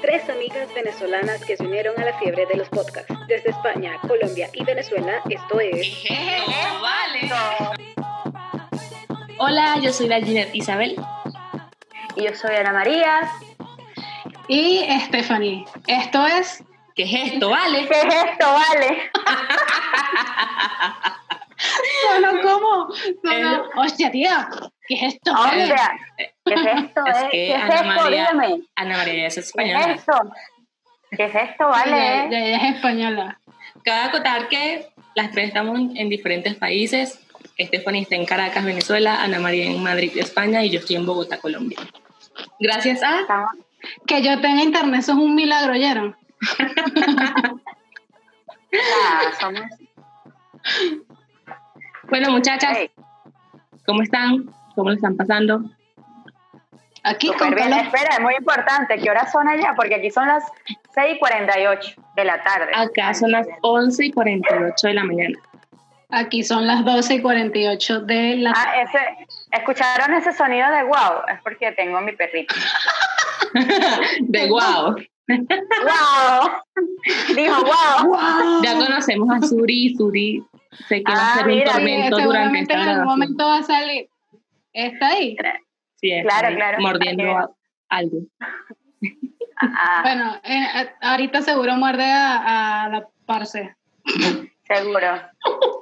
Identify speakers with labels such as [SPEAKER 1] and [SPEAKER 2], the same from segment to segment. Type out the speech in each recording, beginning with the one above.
[SPEAKER 1] Tres amigas venezolanas que se unieron a la fiebre de los podcasts. Desde España, Colombia y Venezuela, esto es...
[SPEAKER 2] vale. Hola, yo soy la Ginette Isabel.
[SPEAKER 3] Y yo soy Ana María.
[SPEAKER 4] Y Stephanie, esto es...
[SPEAKER 2] ¿Qué es esto, vale?
[SPEAKER 3] ¿Qué es esto, vale?
[SPEAKER 4] No, no, ¿cómo? No, no. Hostia, tía, ¿qué es esto? vale?
[SPEAKER 3] Hombre, ¿qué es esto?
[SPEAKER 2] Es
[SPEAKER 3] eh?
[SPEAKER 2] que
[SPEAKER 3] ¿Qué es
[SPEAKER 2] Ana
[SPEAKER 3] esto?
[SPEAKER 2] María-
[SPEAKER 3] Dígame.
[SPEAKER 2] Ana María es
[SPEAKER 3] ¿Qué
[SPEAKER 2] española.
[SPEAKER 3] es esto? ¿Qué es esto,
[SPEAKER 4] Ya-
[SPEAKER 3] vale?
[SPEAKER 4] ya- ya es española.
[SPEAKER 2] Cabe acotar que las tres estamos en diferentes países. Stephanie está en Caracas, Venezuela, Ana María en Madrid, España y yo estoy en Bogotá, Colombia. Gracias a...
[SPEAKER 3] Estamos-
[SPEAKER 4] Que yo tenga internet, eso es un milagro, ¿oyeron?
[SPEAKER 3] Ah, somos-
[SPEAKER 2] Bueno, muchachas,
[SPEAKER 3] Ey,
[SPEAKER 2] ¿cómo están? ¿Cómo lo están pasando?
[SPEAKER 4] Aquí con
[SPEAKER 3] súper bien.
[SPEAKER 4] calor.
[SPEAKER 3] Espera, es muy importante. ¿Qué horas son allá? Porque aquí son las 6 y 48 de la tarde.
[SPEAKER 4] Ah,
[SPEAKER 2] Acá son las 11 y 48 de la mañana.
[SPEAKER 4] Aquí son las 12 y 48 de la
[SPEAKER 3] Ah, ese, ¿Escucharon ese sonido de wow? Es porque tengo a mi perrito.
[SPEAKER 2] De guau.
[SPEAKER 3] ¡Wow! Dijo wow.
[SPEAKER 4] ¡Wow!
[SPEAKER 2] Ya conocemos a Suri. Suri sé que va a
[SPEAKER 3] Ah,
[SPEAKER 2] ser un
[SPEAKER 3] mira,
[SPEAKER 4] Sí,
[SPEAKER 2] tormento durante
[SPEAKER 4] seguramente
[SPEAKER 2] esta
[SPEAKER 4] en algún
[SPEAKER 2] grabación.
[SPEAKER 4] momento va a salir. Está ahí.
[SPEAKER 2] Sí, está
[SPEAKER 3] Claro,
[SPEAKER 2] ahí
[SPEAKER 3] claro.
[SPEAKER 2] Mordiendo
[SPEAKER 3] Así es.
[SPEAKER 2] a- algo.
[SPEAKER 3] Ah,
[SPEAKER 4] Bueno, eh, a- ahorita seguro muerde a, a la parce.
[SPEAKER 3] seguro.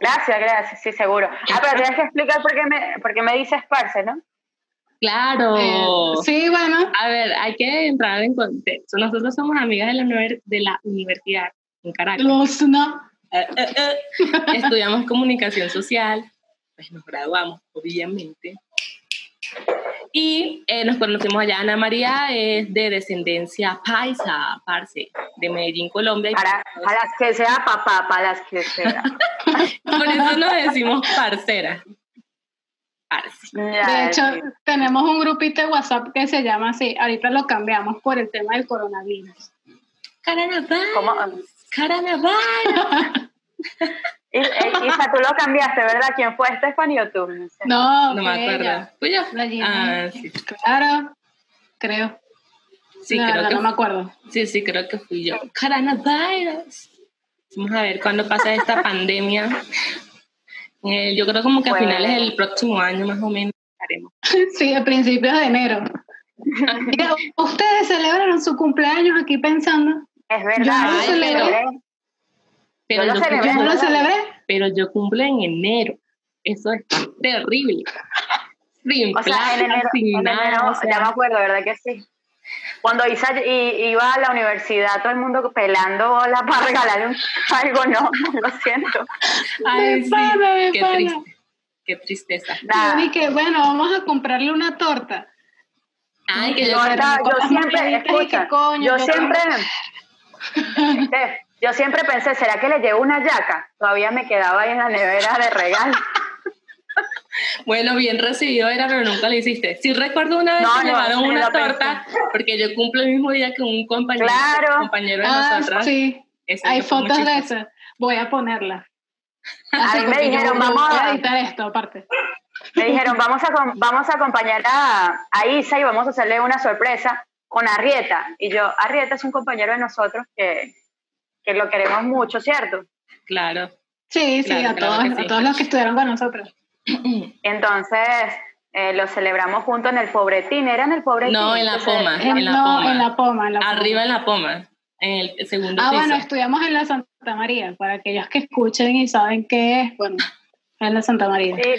[SPEAKER 3] Gracias, gracias. Sí, seguro. Ah, pero tienes que explicar por qué me, por qué me dices parce, ¿no?
[SPEAKER 2] Claro.
[SPEAKER 4] Eh, sí, bueno.
[SPEAKER 2] A ver, hay que entrar en contexto. Nosotros somos amigas de la, univer- de la universidad en Caracas.
[SPEAKER 4] Los no.
[SPEAKER 2] Eh, eh, eh. Estudiamos comunicación social, pues nos graduamos, obviamente. Y eh, nos conocimos allá. Ana María es de descendencia paisa, parce, de Medellín, Colombia. y
[SPEAKER 3] Para, a las que sea papá, para las que sea.
[SPEAKER 2] Por eso nos decimos parcera. Parce.
[SPEAKER 4] De hecho, tenemos un grupito de WhatsApp que se llama así. Ahorita lo cambiamos por el tema del coronavirus.
[SPEAKER 2] Carnaval,
[SPEAKER 3] ¿Cómo?
[SPEAKER 2] carnaval.
[SPEAKER 3] Y- y- Isa, tú lo cambiaste, ¿verdad? ¿Quién fue Stephanie o tú? No sé.
[SPEAKER 4] No,
[SPEAKER 2] No
[SPEAKER 4] fue
[SPEAKER 2] me
[SPEAKER 4] ella.
[SPEAKER 2] acuerdo. ¿Fui yo?
[SPEAKER 4] La Gina.
[SPEAKER 2] Ah, sí.
[SPEAKER 4] Claro, creo.
[SPEAKER 2] Sí,
[SPEAKER 4] La
[SPEAKER 2] creo
[SPEAKER 4] verdad,
[SPEAKER 2] que
[SPEAKER 4] no me acuerdo.
[SPEAKER 2] Sí, sí, creo que fui yo. Coronavirus. Vamos a ver cuándo pasa esta pandemia. Eh, yo creo como que a
[SPEAKER 3] Bueno.
[SPEAKER 2] finales del próximo año más o menos estaremos.
[SPEAKER 4] Sí, a principios de enero. Mira, ustedes celebraron su cumpleaños aquí pensando.
[SPEAKER 3] Es
[SPEAKER 4] Yo
[SPEAKER 3] verdad.
[SPEAKER 4] no
[SPEAKER 3] yo
[SPEAKER 4] celebré.
[SPEAKER 3] celebré.
[SPEAKER 2] Pero
[SPEAKER 3] Yo lo
[SPEAKER 2] yo, cumplo,
[SPEAKER 4] Yo no lo
[SPEAKER 3] ¿verdad?
[SPEAKER 4] celebré.
[SPEAKER 2] pero yo cumplo en enero. Eso es terrible. Sin
[SPEAKER 3] O sea, en
[SPEAKER 2] plata,
[SPEAKER 3] enero,
[SPEAKER 2] sin
[SPEAKER 3] en
[SPEAKER 2] nada,
[SPEAKER 3] enero,
[SPEAKER 2] o sea,
[SPEAKER 3] ya me acuerdo, ¿verdad que sí? Cuando Isa i- iba a la universidad, todo el mundo pelando bola para regalar un- algo, no, lo siento.
[SPEAKER 2] ay,
[SPEAKER 4] Me
[SPEAKER 2] sí,
[SPEAKER 4] pana, me
[SPEAKER 2] qué
[SPEAKER 4] pana.
[SPEAKER 2] triste. Qué tristeza.
[SPEAKER 3] Nada.
[SPEAKER 4] Yo dije, bueno, vamos a comprarle una torta.
[SPEAKER 2] Ay, que yo
[SPEAKER 3] No, está- yo siempre,
[SPEAKER 4] Margaritas y
[SPEAKER 3] escucha,
[SPEAKER 4] qué coño,
[SPEAKER 3] yo
[SPEAKER 4] yo
[SPEAKER 3] siempre, Steph, yo siempre pensé, ¿será que le llevo una yaca? Todavía me quedaba ahí en la nevera de regalo.
[SPEAKER 2] Bueno, bien recibido era, pero nunca lo hiciste. Sí recuerdo una vez
[SPEAKER 3] No,
[SPEAKER 2] que
[SPEAKER 3] no,
[SPEAKER 2] llevaron
[SPEAKER 3] sí,
[SPEAKER 2] una
[SPEAKER 3] lo pensé.
[SPEAKER 2] torta, porque yo cumplo el mismo día que un compañero,
[SPEAKER 3] Claro.
[SPEAKER 2] compañero de
[SPEAKER 4] Ah,
[SPEAKER 2] nosotras.
[SPEAKER 4] sí.
[SPEAKER 2] Ese
[SPEAKER 4] Hay
[SPEAKER 2] día fue muy
[SPEAKER 4] fotos de
[SPEAKER 2] chistoso.
[SPEAKER 4] esas. Voy a ponerlas.
[SPEAKER 3] A mí me
[SPEAKER 4] porque yo-
[SPEAKER 3] dijeron,
[SPEAKER 4] yo
[SPEAKER 3] vamos
[SPEAKER 4] Voy
[SPEAKER 3] a-
[SPEAKER 4] a editar esto, aparte.
[SPEAKER 3] Me dijeron, vamos a, acom- vamos a acompañar a, a Isa y vamos a hacerle una sorpresa con Arrieta. Y yo, Arrieta es un compañero de nosotros que, que lo queremos mucho, ¿cierto?
[SPEAKER 2] Claro.
[SPEAKER 4] Sí, sí,
[SPEAKER 2] Claro,
[SPEAKER 4] a,
[SPEAKER 2] claro
[SPEAKER 4] todos,
[SPEAKER 2] que sí.
[SPEAKER 4] a todos los que estuvieron con nosotros.
[SPEAKER 3] Entonces eh, lo celebramos juntos en el Pobretín. ¿Era en el Pobretín?
[SPEAKER 2] No, en la Poma.
[SPEAKER 4] En-
[SPEAKER 2] En la
[SPEAKER 4] no,
[SPEAKER 2] Poma.
[SPEAKER 4] en la poma. en la Poma.
[SPEAKER 2] Arriba en la poma, en el segundo
[SPEAKER 4] Ah,
[SPEAKER 2] piso.
[SPEAKER 4] bueno, estudiamos en la Santa María, para aquellos que escuchen y saben qué es, bueno, en la Santa María.
[SPEAKER 3] Sí,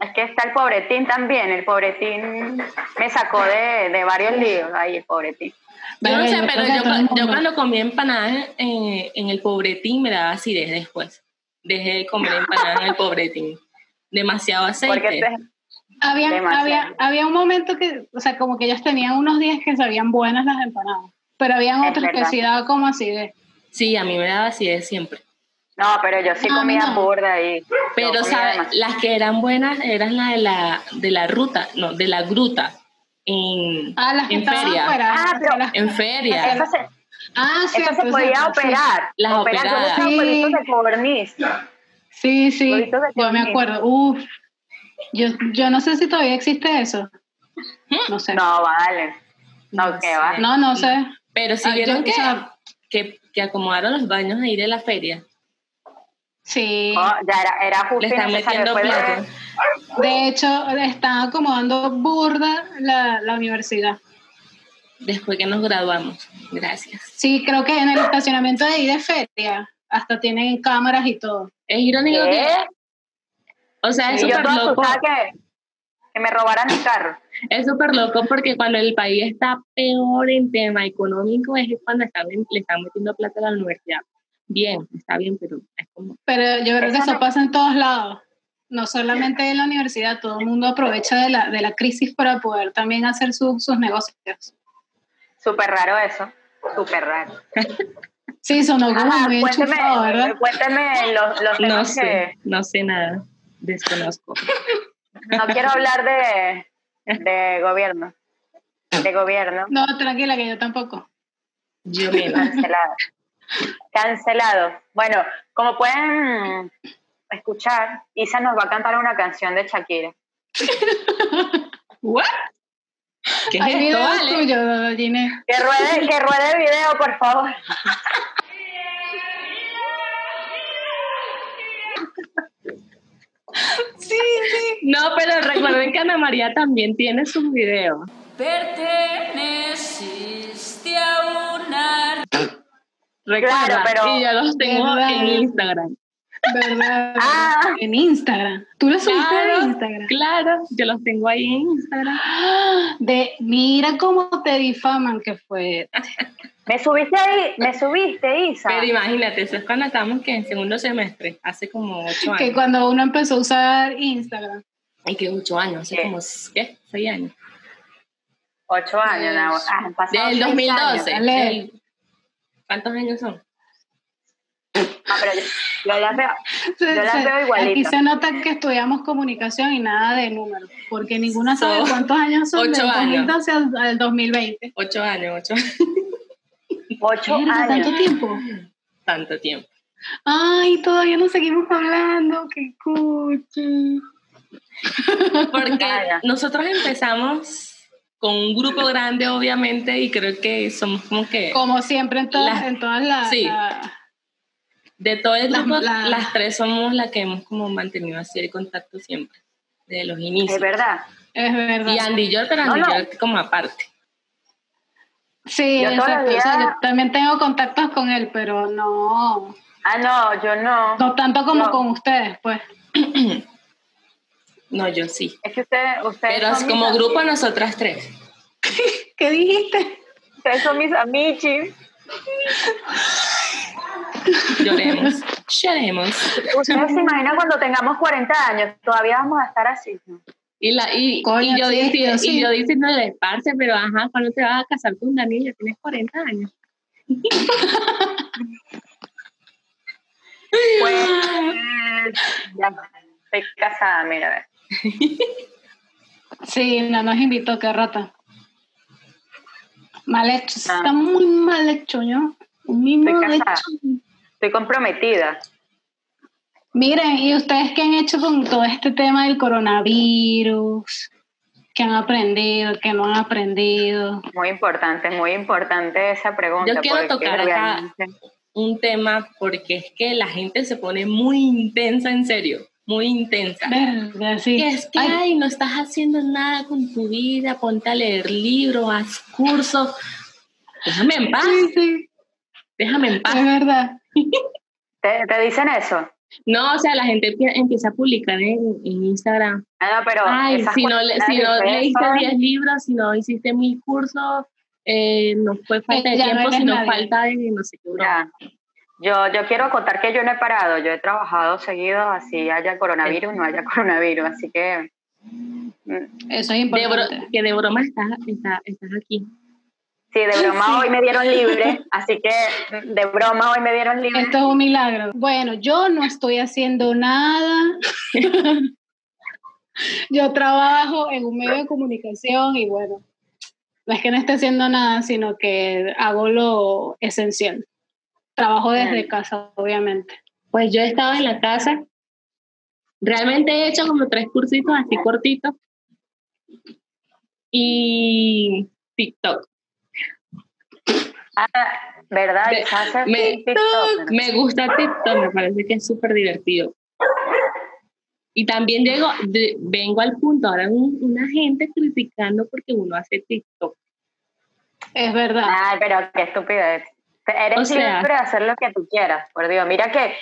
[SPEAKER 3] es que está el Pobretín también. El Pobretín me sacó de, de varios líos ahí, el Pobretín.
[SPEAKER 2] yo no
[SPEAKER 4] Vale,
[SPEAKER 2] sé,
[SPEAKER 4] yo
[SPEAKER 2] pero
[SPEAKER 4] creo que
[SPEAKER 2] yo,
[SPEAKER 4] todo el
[SPEAKER 2] cu- yo
[SPEAKER 4] mundo.
[SPEAKER 2] cuando comí empanadas eh, en el pobretín me daba acidez después. Dejé de comer empanadas en el pobretín. Demasiado
[SPEAKER 3] Porque pues,
[SPEAKER 2] aceite.
[SPEAKER 3] te-
[SPEAKER 4] Habían-
[SPEAKER 3] demasiado.
[SPEAKER 4] había, había un momento que, o sea, como que ellos tenían unos días que sabían buenas las empanadas, pero habían
[SPEAKER 3] Es
[SPEAKER 4] otros que
[SPEAKER 3] verdad.
[SPEAKER 4] sí daba como así de...
[SPEAKER 2] Sí, a mí me daba acidez siempre.
[SPEAKER 3] no, pero yo sí
[SPEAKER 4] No,
[SPEAKER 3] comía
[SPEAKER 4] no.
[SPEAKER 3] burda ahí. Yo
[SPEAKER 2] Pero,
[SPEAKER 3] comía
[SPEAKER 2] ¿sabes?
[SPEAKER 3] demasiado.
[SPEAKER 2] Las que eran buenas eran las de la, de la ruta, no, de la gruta. En,
[SPEAKER 4] Ah, las que
[SPEAKER 2] en
[SPEAKER 4] estaban
[SPEAKER 2] feria.
[SPEAKER 4] afuera.
[SPEAKER 3] Ah,
[SPEAKER 4] o sea,
[SPEAKER 3] pero-
[SPEAKER 4] las-
[SPEAKER 2] En feria.
[SPEAKER 3] Eso se,
[SPEAKER 4] ah,
[SPEAKER 3] eso
[SPEAKER 4] cierto,
[SPEAKER 3] se podía
[SPEAKER 4] cierto, sí.
[SPEAKER 3] operar.
[SPEAKER 2] Las
[SPEAKER 3] operar con
[SPEAKER 2] operadas.
[SPEAKER 3] unos
[SPEAKER 4] Sí.
[SPEAKER 3] pelitos de codorniz.
[SPEAKER 4] Sí, sí,
[SPEAKER 3] Huevitos de
[SPEAKER 4] yo me
[SPEAKER 3] codorniz.
[SPEAKER 4] acuerdo. Uf, yo, yo no sé si todavía existe eso. No sé.
[SPEAKER 3] No, vale. No,
[SPEAKER 2] No
[SPEAKER 3] que
[SPEAKER 2] sé.
[SPEAKER 3] va.
[SPEAKER 4] No, no sé.
[SPEAKER 2] Pero si
[SPEAKER 4] Ah,
[SPEAKER 2] vieron
[SPEAKER 4] ¿yo
[SPEAKER 2] que,
[SPEAKER 4] qué?
[SPEAKER 2] que, que acomodaron los baños ahí de la feria,
[SPEAKER 4] Sí.
[SPEAKER 3] Oh, ya era, era justo
[SPEAKER 2] le están
[SPEAKER 3] y
[SPEAKER 2] metiendo
[SPEAKER 3] necesario. Después de-
[SPEAKER 2] platos.
[SPEAKER 4] De hecho, está acomodando burda la, la universidad.
[SPEAKER 2] Después que nos graduamos. Gracias.
[SPEAKER 4] Sí, creo que en el estacionamiento de ahí de feria hasta tienen cámaras y todo.
[SPEAKER 2] Es irónico que.
[SPEAKER 3] ¿Qué?
[SPEAKER 2] O sea, es
[SPEAKER 3] Y yo
[SPEAKER 2] súper
[SPEAKER 3] toda
[SPEAKER 2] loco.
[SPEAKER 3] asustada que, que me robaran mi carro.
[SPEAKER 2] Es súper loco porque cuando el país está peor en tema económico es cuando están, le están metiendo plata a la universidad. Bien, está bien, pero es como.
[SPEAKER 4] Pero yo creo que
[SPEAKER 3] Eso
[SPEAKER 4] eso
[SPEAKER 3] no-
[SPEAKER 4] pasa en todos lados. No solamente en la universidad, todo el mundo aprovecha de la, de la crisis para poder también hacer su- sus negocios.
[SPEAKER 3] Súper raro eso. Súper raro.
[SPEAKER 4] Sí, sonó como
[SPEAKER 3] Ajá,
[SPEAKER 4] muy
[SPEAKER 3] cuénteme, eh,
[SPEAKER 4] enchufado, ¿verdad?
[SPEAKER 3] cuénteme los, los temas
[SPEAKER 2] No sé, no sé nada. Desconozco.
[SPEAKER 3] que... No quiero hablar de, de gobierno. De gobierno.
[SPEAKER 4] No, tranquila, que yo tampoco.
[SPEAKER 2] Yo menos.
[SPEAKER 3] Cancelado. Cancelado. Bueno, como pueden escuchar, Isa nos va a cantar una canción de Shakira.
[SPEAKER 2] ¿What? ¿Qué
[SPEAKER 4] Hay
[SPEAKER 2] es esto,
[SPEAKER 4] videos
[SPEAKER 2] Ale?
[SPEAKER 4] tuyos, Dodo Giné.
[SPEAKER 3] Que ruede, que ruede el video, por favor.
[SPEAKER 2] No, pero recuerden que Ana María también tiene sus videos.
[SPEAKER 5] Perteneciste a una
[SPEAKER 2] Recuerda,
[SPEAKER 3] Claro, pero-
[SPEAKER 2] y yo los tengo
[SPEAKER 4] ¿Verdad?
[SPEAKER 2] en Instagram.
[SPEAKER 4] ¿Verdad?
[SPEAKER 3] Ah.
[SPEAKER 4] En Instagram. Tú lo subiste
[SPEAKER 2] Claro,
[SPEAKER 4] en Instagram.
[SPEAKER 2] claro, yo los tengo ahí en Instagram.
[SPEAKER 4] Ah, De, mira cómo te difaman que fue.
[SPEAKER 3] Me subiste ahí, me subiste, Isa.
[SPEAKER 2] Pero imagínate, eso es cuando estábamos que en segundo semestre, hace como ocho
[SPEAKER 4] Que
[SPEAKER 2] años.
[SPEAKER 4] cuando uno empezó a usar Instagram.
[SPEAKER 2] Ay, que ocho años, hace
[SPEAKER 3] ¿Qué?
[SPEAKER 2] como ¿qué? seis años.
[SPEAKER 3] Ocho años, Nahua. Ah, han pasado
[SPEAKER 2] Del
[SPEAKER 3] seis
[SPEAKER 2] 2012.
[SPEAKER 3] años.
[SPEAKER 4] dale.
[SPEAKER 2] del- ¿Cuántos años son?
[SPEAKER 3] Ah, pero yo, yo las veo. Yo las veo igualitas.
[SPEAKER 4] Aquí se nota que estudiamos comunicación y nada de números, porque ninguna sabe
[SPEAKER 2] Son
[SPEAKER 4] cuántos años son
[SPEAKER 2] ocho
[SPEAKER 4] del
[SPEAKER 2] años.
[SPEAKER 4] 2012 al, al 2020.
[SPEAKER 2] Ocho años, ocho
[SPEAKER 3] Ocho
[SPEAKER 4] Mierda, tanto
[SPEAKER 3] años.
[SPEAKER 4] tiempo.
[SPEAKER 2] Tanto tiempo.
[SPEAKER 4] Ay, todavía nos seguimos hablando, qué cuchi.
[SPEAKER 2] Porque
[SPEAKER 3] Ah, ya.
[SPEAKER 2] nosotros empezamos con un grupo grande, obviamente, y creo que somos como que
[SPEAKER 4] Como siempre en, todas-
[SPEAKER 2] La-
[SPEAKER 4] en todas las...
[SPEAKER 2] sí.
[SPEAKER 4] la-
[SPEAKER 2] de todo el
[SPEAKER 4] Las-
[SPEAKER 2] grupo,
[SPEAKER 4] las-
[SPEAKER 2] las tres somos las que hemos como mantenido así el contacto siempre, desde los
[SPEAKER 3] Es
[SPEAKER 2] inicios.
[SPEAKER 3] verdad.
[SPEAKER 4] es verdad.
[SPEAKER 2] Y Andy y yo, pero
[SPEAKER 3] No,
[SPEAKER 2] Andy y
[SPEAKER 3] no.
[SPEAKER 2] yo como aparte.
[SPEAKER 4] Sí,
[SPEAKER 3] Yo todos los
[SPEAKER 4] exacto. O sea,
[SPEAKER 3] días-
[SPEAKER 4] yo también tengo contactos con él, pero no,
[SPEAKER 3] Ah, no, yo no.
[SPEAKER 4] no tanto como
[SPEAKER 3] No.
[SPEAKER 4] con ustedes, pues.
[SPEAKER 2] No, yo sí.
[SPEAKER 3] Es que ustedes, ustedes
[SPEAKER 2] Pero
[SPEAKER 3] son
[SPEAKER 2] es
[SPEAKER 3] mis
[SPEAKER 2] como
[SPEAKER 3] am-
[SPEAKER 2] grupo nosotras tres.
[SPEAKER 4] ¿Qué dijiste?
[SPEAKER 3] Ustedes son mis amichis.
[SPEAKER 2] Lloremos. Lloremos.
[SPEAKER 3] Ustedes se imaginan cuando tengamos 40 años, todavía vamos a estar así. ¿no?
[SPEAKER 2] Y, la, y,
[SPEAKER 4] Coño,
[SPEAKER 2] y yo
[SPEAKER 4] sí,
[SPEAKER 2] diciendo,
[SPEAKER 4] yo sí.
[SPEAKER 2] y yo diciéndole, parce, pero ajá, ¿cuándo te vas a casar con Daniel? Ya tienes 40 años.
[SPEAKER 3] Pues, eh, ya, estoy casada, mira, a ver.
[SPEAKER 4] Sí, no nos invitó, qué rata. Mal hecho,
[SPEAKER 3] Ah.
[SPEAKER 4] está muy mal hecho, ¿no? Muy mal
[SPEAKER 3] Estoy casada.
[SPEAKER 4] hecho.
[SPEAKER 3] Estoy comprometida.
[SPEAKER 4] Miren, ¿y ustedes qué han hecho con todo este tema del coronavirus? ¿Qué han aprendido? ¿Qué no han aprendido?
[SPEAKER 3] Muy importante, muy importante esa pregunta.
[SPEAKER 2] Yo quiero
[SPEAKER 3] porque
[SPEAKER 2] tocar acá-
[SPEAKER 3] realmente-
[SPEAKER 2] Un tema porque es que la gente se pone muy intensa, en serio, muy intensa.
[SPEAKER 4] Verga, sí.
[SPEAKER 2] Y es que,
[SPEAKER 4] Ay,
[SPEAKER 2] ay, no estás haciendo nada con tu vida, ponte a leer libros, haz cursos. Déjame en paz,
[SPEAKER 4] sí, sí,
[SPEAKER 2] déjame en
[SPEAKER 4] es
[SPEAKER 2] paz.
[SPEAKER 4] verdad.
[SPEAKER 3] ¿Te, te dicen eso?
[SPEAKER 2] No, o sea, la gente pi- empieza a publicar en, en Instagram.
[SPEAKER 3] Ah, no, pero
[SPEAKER 2] Ay,
[SPEAKER 3] esas
[SPEAKER 2] si no, le-
[SPEAKER 3] cuentas
[SPEAKER 2] si
[SPEAKER 3] de
[SPEAKER 2] no
[SPEAKER 3] ustedes
[SPEAKER 2] leíste
[SPEAKER 3] son-
[SPEAKER 2] 10 libros, si no hiciste mil cursos, eh, no fue falta de
[SPEAKER 4] Ya no
[SPEAKER 2] tiempo,
[SPEAKER 4] eres
[SPEAKER 2] sino
[SPEAKER 4] nadie.
[SPEAKER 2] falta de no sé qué. broma.
[SPEAKER 3] Ya. Yo, yo quiero contar que yo no he parado, yo he trabajado seguido, así haya coronavirus, no haya coronavirus, así que mm,
[SPEAKER 4] Eso es
[SPEAKER 2] De bro-
[SPEAKER 4] importante.
[SPEAKER 2] que de broma estás, estás, estás aquí.
[SPEAKER 3] sí, de broma hoy me dieron libre, así que de broma hoy me dieron libre.
[SPEAKER 4] Esto es un milagro. Bueno, yo no estoy haciendo nada. yo trabajo en un medio de comunicación y bueno, no es que no esté haciendo nada, sino que hago lo esencial. Trabajo desde
[SPEAKER 3] Claro.
[SPEAKER 4] casa, obviamente.
[SPEAKER 2] Pues yo he estado en la casa. Realmente he hecho como tres cursitos así cortitos. Y TikTok.
[SPEAKER 3] Ah, ¿verdad?
[SPEAKER 2] De-
[SPEAKER 3] Isaac hace
[SPEAKER 2] me- ¡Ah!
[SPEAKER 3] TikTok, ¿no?
[SPEAKER 2] Me gusta TikTok, me parece que es súper divertido. Y también llego, de- vengo al punto, ahora un- una gente criticando porque uno hace TikTok.
[SPEAKER 4] Es verdad.
[SPEAKER 3] Ay, pero qué estupidez. Eres
[SPEAKER 2] O sea-
[SPEAKER 3] libre de hacer lo que tú quieras, por Dios. Mira que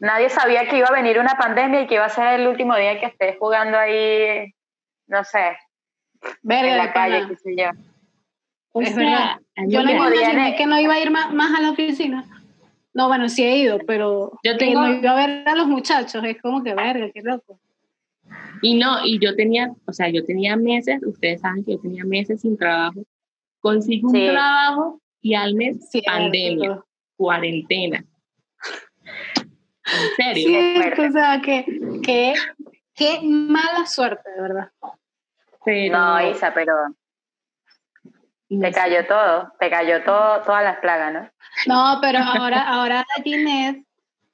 [SPEAKER 3] nadie sabía que iba a venir una pandemia y que iba a ser el último día que estés jugando ahí, no sé,
[SPEAKER 4] Verga,
[SPEAKER 3] en
[SPEAKER 4] de
[SPEAKER 3] la calle,
[SPEAKER 4] pana.
[SPEAKER 3] qué sé yo.
[SPEAKER 2] O
[SPEAKER 4] Es
[SPEAKER 2] sea,
[SPEAKER 4] Yo
[SPEAKER 2] yo,
[SPEAKER 4] no
[SPEAKER 3] mismo
[SPEAKER 4] me
[SPEAKER 3] día
[SPEAKER 4] imaginé
[SPEAKER 3] de-
[SPEAKER 4] que no iba a ir ma- más, a la oficina. No, bueno, sí he ido, pero
[SPEAKER 2] Yo
[SPEAKER 4] que
[SPEAKER 2] tengo-
[SPEAKER 4] no iba a ver a los muchachos. Es como que verga, qué loco.
[SPEAKER 2] y no, y yo tenía, o sea, yo tenía meses, ustedes saben que yo tenía meses sin trabajo. Consigo un
[SPEAKER 3] Sí.
[SPEAKER 2] trabajo y al mes
[SPEAKER 4] Cierto.
[SPEAKER 2] pandemia, cuarentena. En serio.
[SPEAKER 4] Cierto,
[SPEAKER 3] fuerte.
[SPEAKER 4] o sea, que, que qué mala suerte, de verdad.
[SPEAKER 2] Pero,
[SPEAKER 3] No, Isa, pero
[SPEAKER 2] no
[SPEAKER 3] te
[SPEAKER 2] sé.
[SPEAKER 3] cayó todo, te cayó todo, todas las plagas, ¿no?
[SPEAKER 4] No, pero ahora, ahora Ginette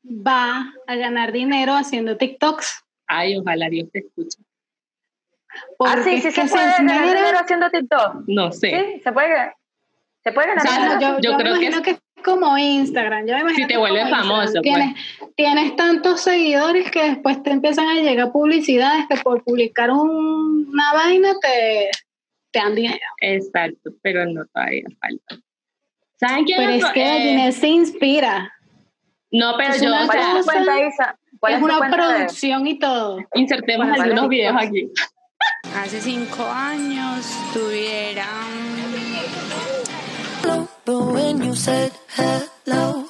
[SPEAKER 4] va a ganar dinero haciendo TikToks.
[SPEAKER 2] Ay, ojalá Dios te escuche.
[SPEAKER 4] Porque
[SPEAKER 3] ah, sí,
[SPEAKER 4] es
[SPEAKER 3] sí se
[SPEAKER 4] que
[SPEAKER 3] puede ganar
[SPEAKER 4] esmera.
[SPEAKER 3] dinero haciendo TikTok.
[SPEAKER 2] No
[SPEAKER 3] Sí,
[SPEAKER 2] sé.
[SPEAKER 3] se puede ganar. Se puede ganar
[SPEAKER 2] O sea,
[SPEAKER 4] Claro,
[SPEAKER 3] dinero.
[SPEAKER 4] yo,
[SPEAKER 2] yo
[SPEAKER 4] yo me
[SPEAKER 2] creo que
[SPEAKER 4] imagino que es como Instagram. Yo me imagino
[SPEAKER 2] te
[SPEAKER 4] que es
[SPEAKER 2] vuelves
[SPEAKER 4] como Instagram.
[SPEAKER 2] famoso, pues.
[SPEAKER 4] Tienes, tienes tantos seguidores que después te empiezan a llegar publicidades que por publicar un- una vaina te, te dan dinero.
[SPEAKER 2] Exacto, pero no todavía falta. ¿Saben quién
[SPEAKER 4] Pero es
[SPEAKER 2] otro?
[SPEAKER 4] que
[SPEAKER 2] Eh,
[SPEAKER 4] Ginette se inspira.
[SPEAKER 2] No, pero
[SPEAKER 4] es
[SPEAKER 2] yo,
[SPEAKER 4] una
[SPEAKER 2] o
[SPEAKER 3] ¿Cuál es
[SPEAKER 2] sea,
[SPEAKER 4] cosa-
[SPEAKER 3] tu cuenta, Isa? ¿Cuál
[SPEAKER 4] Es
[SPEAKER 3] es, tu
[SPEAKER 4] una
[SPEAKER 3] cuenta de-
[SPEAKER 4] producción y todo.
[SPEAKER 2] insertemos
[SPEAKER 3] ¿Cuál es
[SPEAKER 2] algunos
[SPEAKER 3] el
[SPEAKER 2] videos
[SPEAKER 3] TikTok?
[SPEAKER 2] aquí.
[SPEAKER 5] Hace cinco años tuviera un-
[SPEAKER 6] hello, but when you said hello,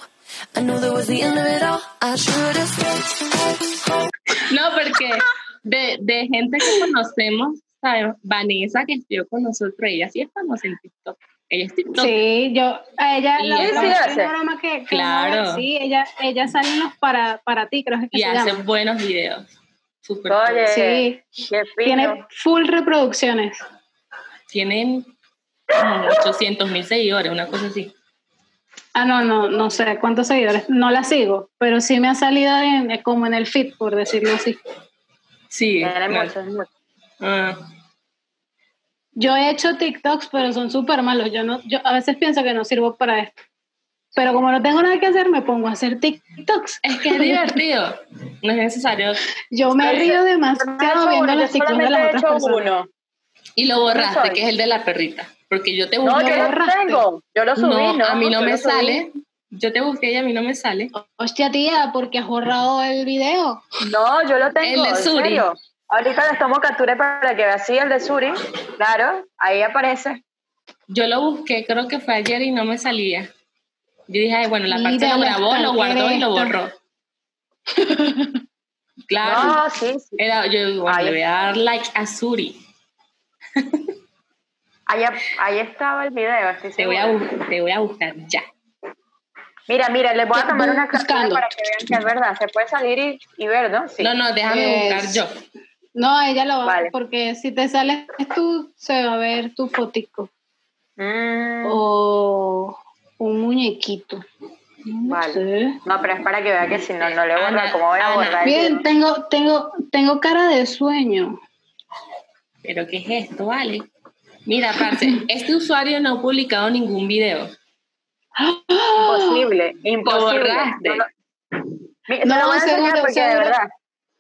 [SPEAKER 6] I knew that was the end of it all. I should have stayed.
[SPEAKER 2] No, porque de, de gente que conocemos, sabemos, Vanessa que estuvo con nosotros, ella sí es famosa en TikTok. Ella es TikTok.
[SPEAKER 4] Sí, yo, a ella,
[SPEAKER 2] Y
[SPEAKER 4] la
[SPEAKER 2] ella
[SPEAKER 4] otra
[SPEAKER 2] sí
[SPEAKER 4] vez
[SPEAKER 3] hace.
[SPEAKER 4] en un programa que, que
[SPEAKER 2] Claro.
[SPEAKER 4] una vez, sí, ella, ella sale en los para, para ti, creo que
[SPEAKER 2] y
[SPEAKER 4] se
[SPEAKER 2] hace
[SPEAKER 4] llama.
[SPEAKER 2] buenos videos. Súper.
[SPEAKER 3] Oye,
[SPEAKER 4] Sí.
[SPEAKER 3] qué
[SPEAKER 4] Tiene
[SPEAKER 3] fino.
[SPEAKER 4] full reproducciones.
[SPEAKER 2] Tienen como 800 mil seguidores, una cosa así.
[SPEAKER 4] Ah, no, no, no sé cuántos seguidores. No la sigo, pero sí me ha salido en, como en el feed, por decirlo así.
[SPEAKER 2] Sí.
[SPEAKER 3] Tiene
[SPEAKER 2] no.
[SPEAKER 3] muchos, muchos.
[SPEAKER 2] Ah,
[SPEAKER 4] Yo he hecho TikToks, pero son súper malos. Yo no, yo a veces pienso que no sirvo para esto. Pero como no tengo nada que hacer, me pongo a hacer TikToks.
[SPEAKER 2] es que es divertido. No es necesario.
[SPEAKER 4] Yo me río
[SPEAKER 3] Yo he
[SPEAKER 4] demasiado
[SPEAKER 3] hecho
[SPEAKER 4] viendo
[SPEAKER 3] uno,
[SPEAKER 4] los
[SPEAKER 3] yo
[SPEAKER 4] TikToks de
[SPEAKER 3] solamente he
[SPEAKER 4] las otras
[SPEAKER 3] hecho
[SPEAKER 4] personas.
[SPEAKER 3] uno.
[SPEAKER 2] Y lo borraste,
[SPEAKER 3] soy.
[SPEAKER 2] que es el de la perrita. Porque yo te
[SPEAKER 3] No,
[SPEAKER 2] busqué.
[SPEAKER 3] yo lo
[SPEAKER 4] borraste?
[SPEAKER 3] tengo. Yo lo subí, ¿no?
[SPEAKER 2] No, a mí no
[SPEAKER 3] Yo
[SPEAKER 2] me
[SPEAKER 3] lo subí.
[SPEAKER 2] sale. Yo te busqué y a mí no me sale.
[SPEAKER 4] Hostia, tía, porque has borrado el video.
[SPEAKER 3] No, yo lo tengo.
[SPEAKER 2] El de
[SPEAKER 3] en
[SPEAKER 2] Suri.
[SPEAKER 3] serio. Ahorita les tomo captura para que vean. Sí, el de Suri. Claro, ahí aparece.
[SPEAKER 2] Yo lo busqué, creo que fue ayer y no me salía. Yo dije, "Ay, bueno, la parte
[SPEAKER 4] Mira,
[SPEAKER 2] lo grabó,
[SPEAKER 4] Oscar,
[SPEAKER 2] lo guardó
[SPEAKER 4] ¿qué
[SPEAKER 2] y lo
[SPEAKER 4] eres?
[SPEAKER 2] borró. claro.
[SPEAKER 3] No, sí, sí.
[SPEAKER 2] Era, yo digo, bueno,
[SPEAKER 3] Ay.
[SPEAKER 2] le voy a dar like a Suri.
[SPEAKER 3] Ahí, ahí estaba el video. Estoy
[SPEAKER 2] Te voy,
[SPEAKER 3] segura.
[SPEAKER 2] a, bu- te voy a buscar ya.
[SPEAKER 3] Mira, mira, les voy a
[SPEAKER 4] Estoy
[SPEAKER 3] tomar una captura
[SPEAKER 4] buscando.
[SPEAKER 3] para que vean que es verdad. Se puede salir y, y ver, ¿no? Sí.
[SPEAKER 2] No, no, déjame
[SPEAKER 4] Es-
[SPEAKER 2] buscar yo.
[SPEAKER 4] No, ella lo va
[SPEAKER 3] Vale.
[SPEAKER 4] porque si te sales tú, se va a ver tu fotico
[SPEAKER 3] Mm,
[SPEAKER 2] Oh.
[SPEAKER 4] o un muñequito. No
[SPEAKER 3] Vale.
[SPEAKER 4] sé.
[SPEAKER 3] No, pero es para que vean que si no, no le borro.
[SPEAKER 2] Ana,
[SPEAKER 3] ¿Cómo voy a
[SPEAKER 2] Ana.
[SPEAKER 3] borrar? el
[SPEAKER 4] Bien,
[SPEAKER 3] video?
[SPEAKER 4] tengo, tengo, tengo cara de sueño.
[SPEAKER 2] ¿Pero qué es esto, vale? Mira, parce, este usuario no ha publicado ningún video.
[SPEAKER 3] Imposible, imposible.
[SPEAKER 2] borraste.
[SPEAKER 3] No, lo- Mira,
[SPEAKER 4] No,
[SPEAKER 3] te lo voy a enseñar
[SPEAKER 4] seguro,
[SPEAKER 3] porque de
[SPEAKER 4] seguro.
[SPEAKER 3] verdad.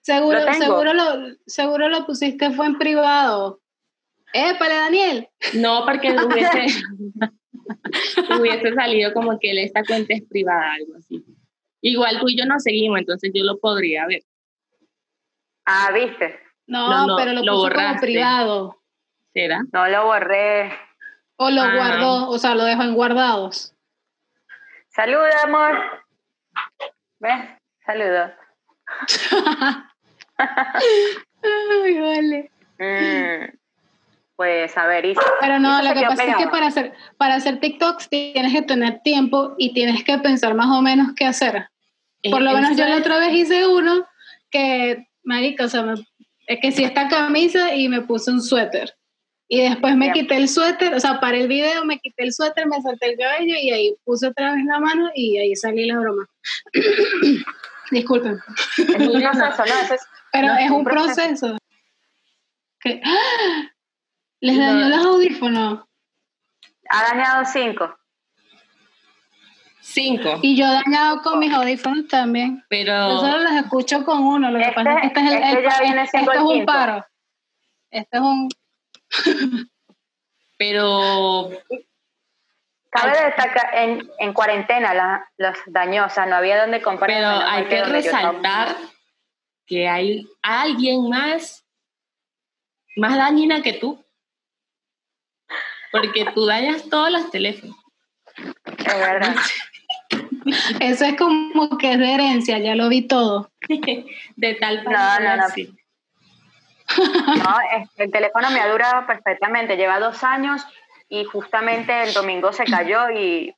[SPEAKER 4] Seguro,
[SPEAKER 3] Lo tengo.
[SPEAKER 4] seguro lo, seguro lo pusiste fue en privado. Épale, Daniel.
[SPEAKER 2] No, porque hubiese, hubiese salido como que él, esta cuenta es privada, algo así. Igual tú y yo nos seguimos, entonces yo lo podría ver.
[SPEAKER 3] Ah, viste.
[SPEAKER 4] No,
[SPEAKER 2] No, no,
[SPEAKER 4] pero
[SPEAKER 2] lo
[SPEAKER 4] lo, puso como
[SPEAKER 2] borraste.
[SPEAKER 4] privado.
[SPEAKER 2] ¿Será?
[SPEAKER 3] No lo borré.
[SPEAKER 4] O lo
[SPEAKER 2] Ah.
[SPEAKER 4] guardó, o sea, lo dejó en guardados.
[SPEAKER 3] Saluda, amor. ¿Ves? Saludo.
[SPEAKER 4] Ay, vale.
[SPEAKER 3] Mm, Pues a ver, Isa.
[SPEAKER 4] Pero no,
[SPEAKER 3] Eso
[SPEAKER 4] lo
[SPEAKER 3] se
[SPEAKER 4] que
[SPEAKER 3] quedó
[SPEAKER 4] pasa es
[SPEAKER 3] pegado.
[SPEAKER 4] que para hacer, para hacer TikToks tienes que tener tiempo y tienes que pensar más o menos qué hacer. Por lo
[SPEAKER 2] Eh,
[SPEAKER 4] menos yo
[SPEAKER 2] eso
[SPEAKER 4] la
[SPEAKER 2] es-
[SPEAKER 4] otra vez hice uno que, marica, o sea, me- es que sí esta camisa y me puse un suéter. Y después me
[SPEAKER 3] Bien.
[SPEAKER 4] quité el suéter, o sea, para el video me quité el suéter, me salté el cabello y ahí puse otra vez la mano y ahí salí la broma. Disculpen.
[SPEAKER 3] Es un proceso, ¿no? Eso es-
[SPEAKER 4] Pero
[SPEAKER 3] No,
[SPEAKER 4] es un
[SPEAKER 3] un proceso.
[SPEAKER 4] proceso. Que- ¡Ah! Les dañó los audífonos.
[SPEAKER 3] Ha dañado cinco.
[SPEAKER 2] Cinco.
[SPEAKER 4] Y yo dañado con mis audífonos también. Yo
[SPEAKER 2] Pero
[SPEAKER 4] solo los escucho con uno. Lo que
[SPEAKER 3] Este-
[SPEAKER 4] pasa es que este es, el,
[SPEAKER 3] este
[SPEAKER 4] el-
[SPEAKER 3] ya viene siendo
[SPEAKER 4] esto
[SPEAKER 3] el
[SPEAKER 4] es un
[SPEAKER 3] quinto.
[SPEAKER 4] paro. Este es un.
[SPEAKER 2] Pero
[SPEAKER 3] Cabe destacar en, en cuarentena la- las dañosas, no había donde comprar.
[SPEAKER 2] Pero
[SPEAKER 3] menos
[SPEAKER 2] hay
[SPEAKER 3] mal
[SPEAKER 2] que
[SPEAKER 3] donde yo estaba.
[SPEAKER 2] resaltar que hay alguien más, más dañina que tú. Porque tú dañas todos los teléfonos.
[SPEAKER 3] Es verdad.
[SPEAKER 4] Eso es como que es de herencia, ya lo vi todo.
[SPEAKER 2] De tal
[SPEAKER 3] No,
[SPEAKER 2] manera,
[SPEAKER 3] no, no.
[SPEAKER 2] sí.
[SPEAKER 3] No, es- el teléfono me ha durado perfectamente, lleva dos años y justamente el domingo se cayó y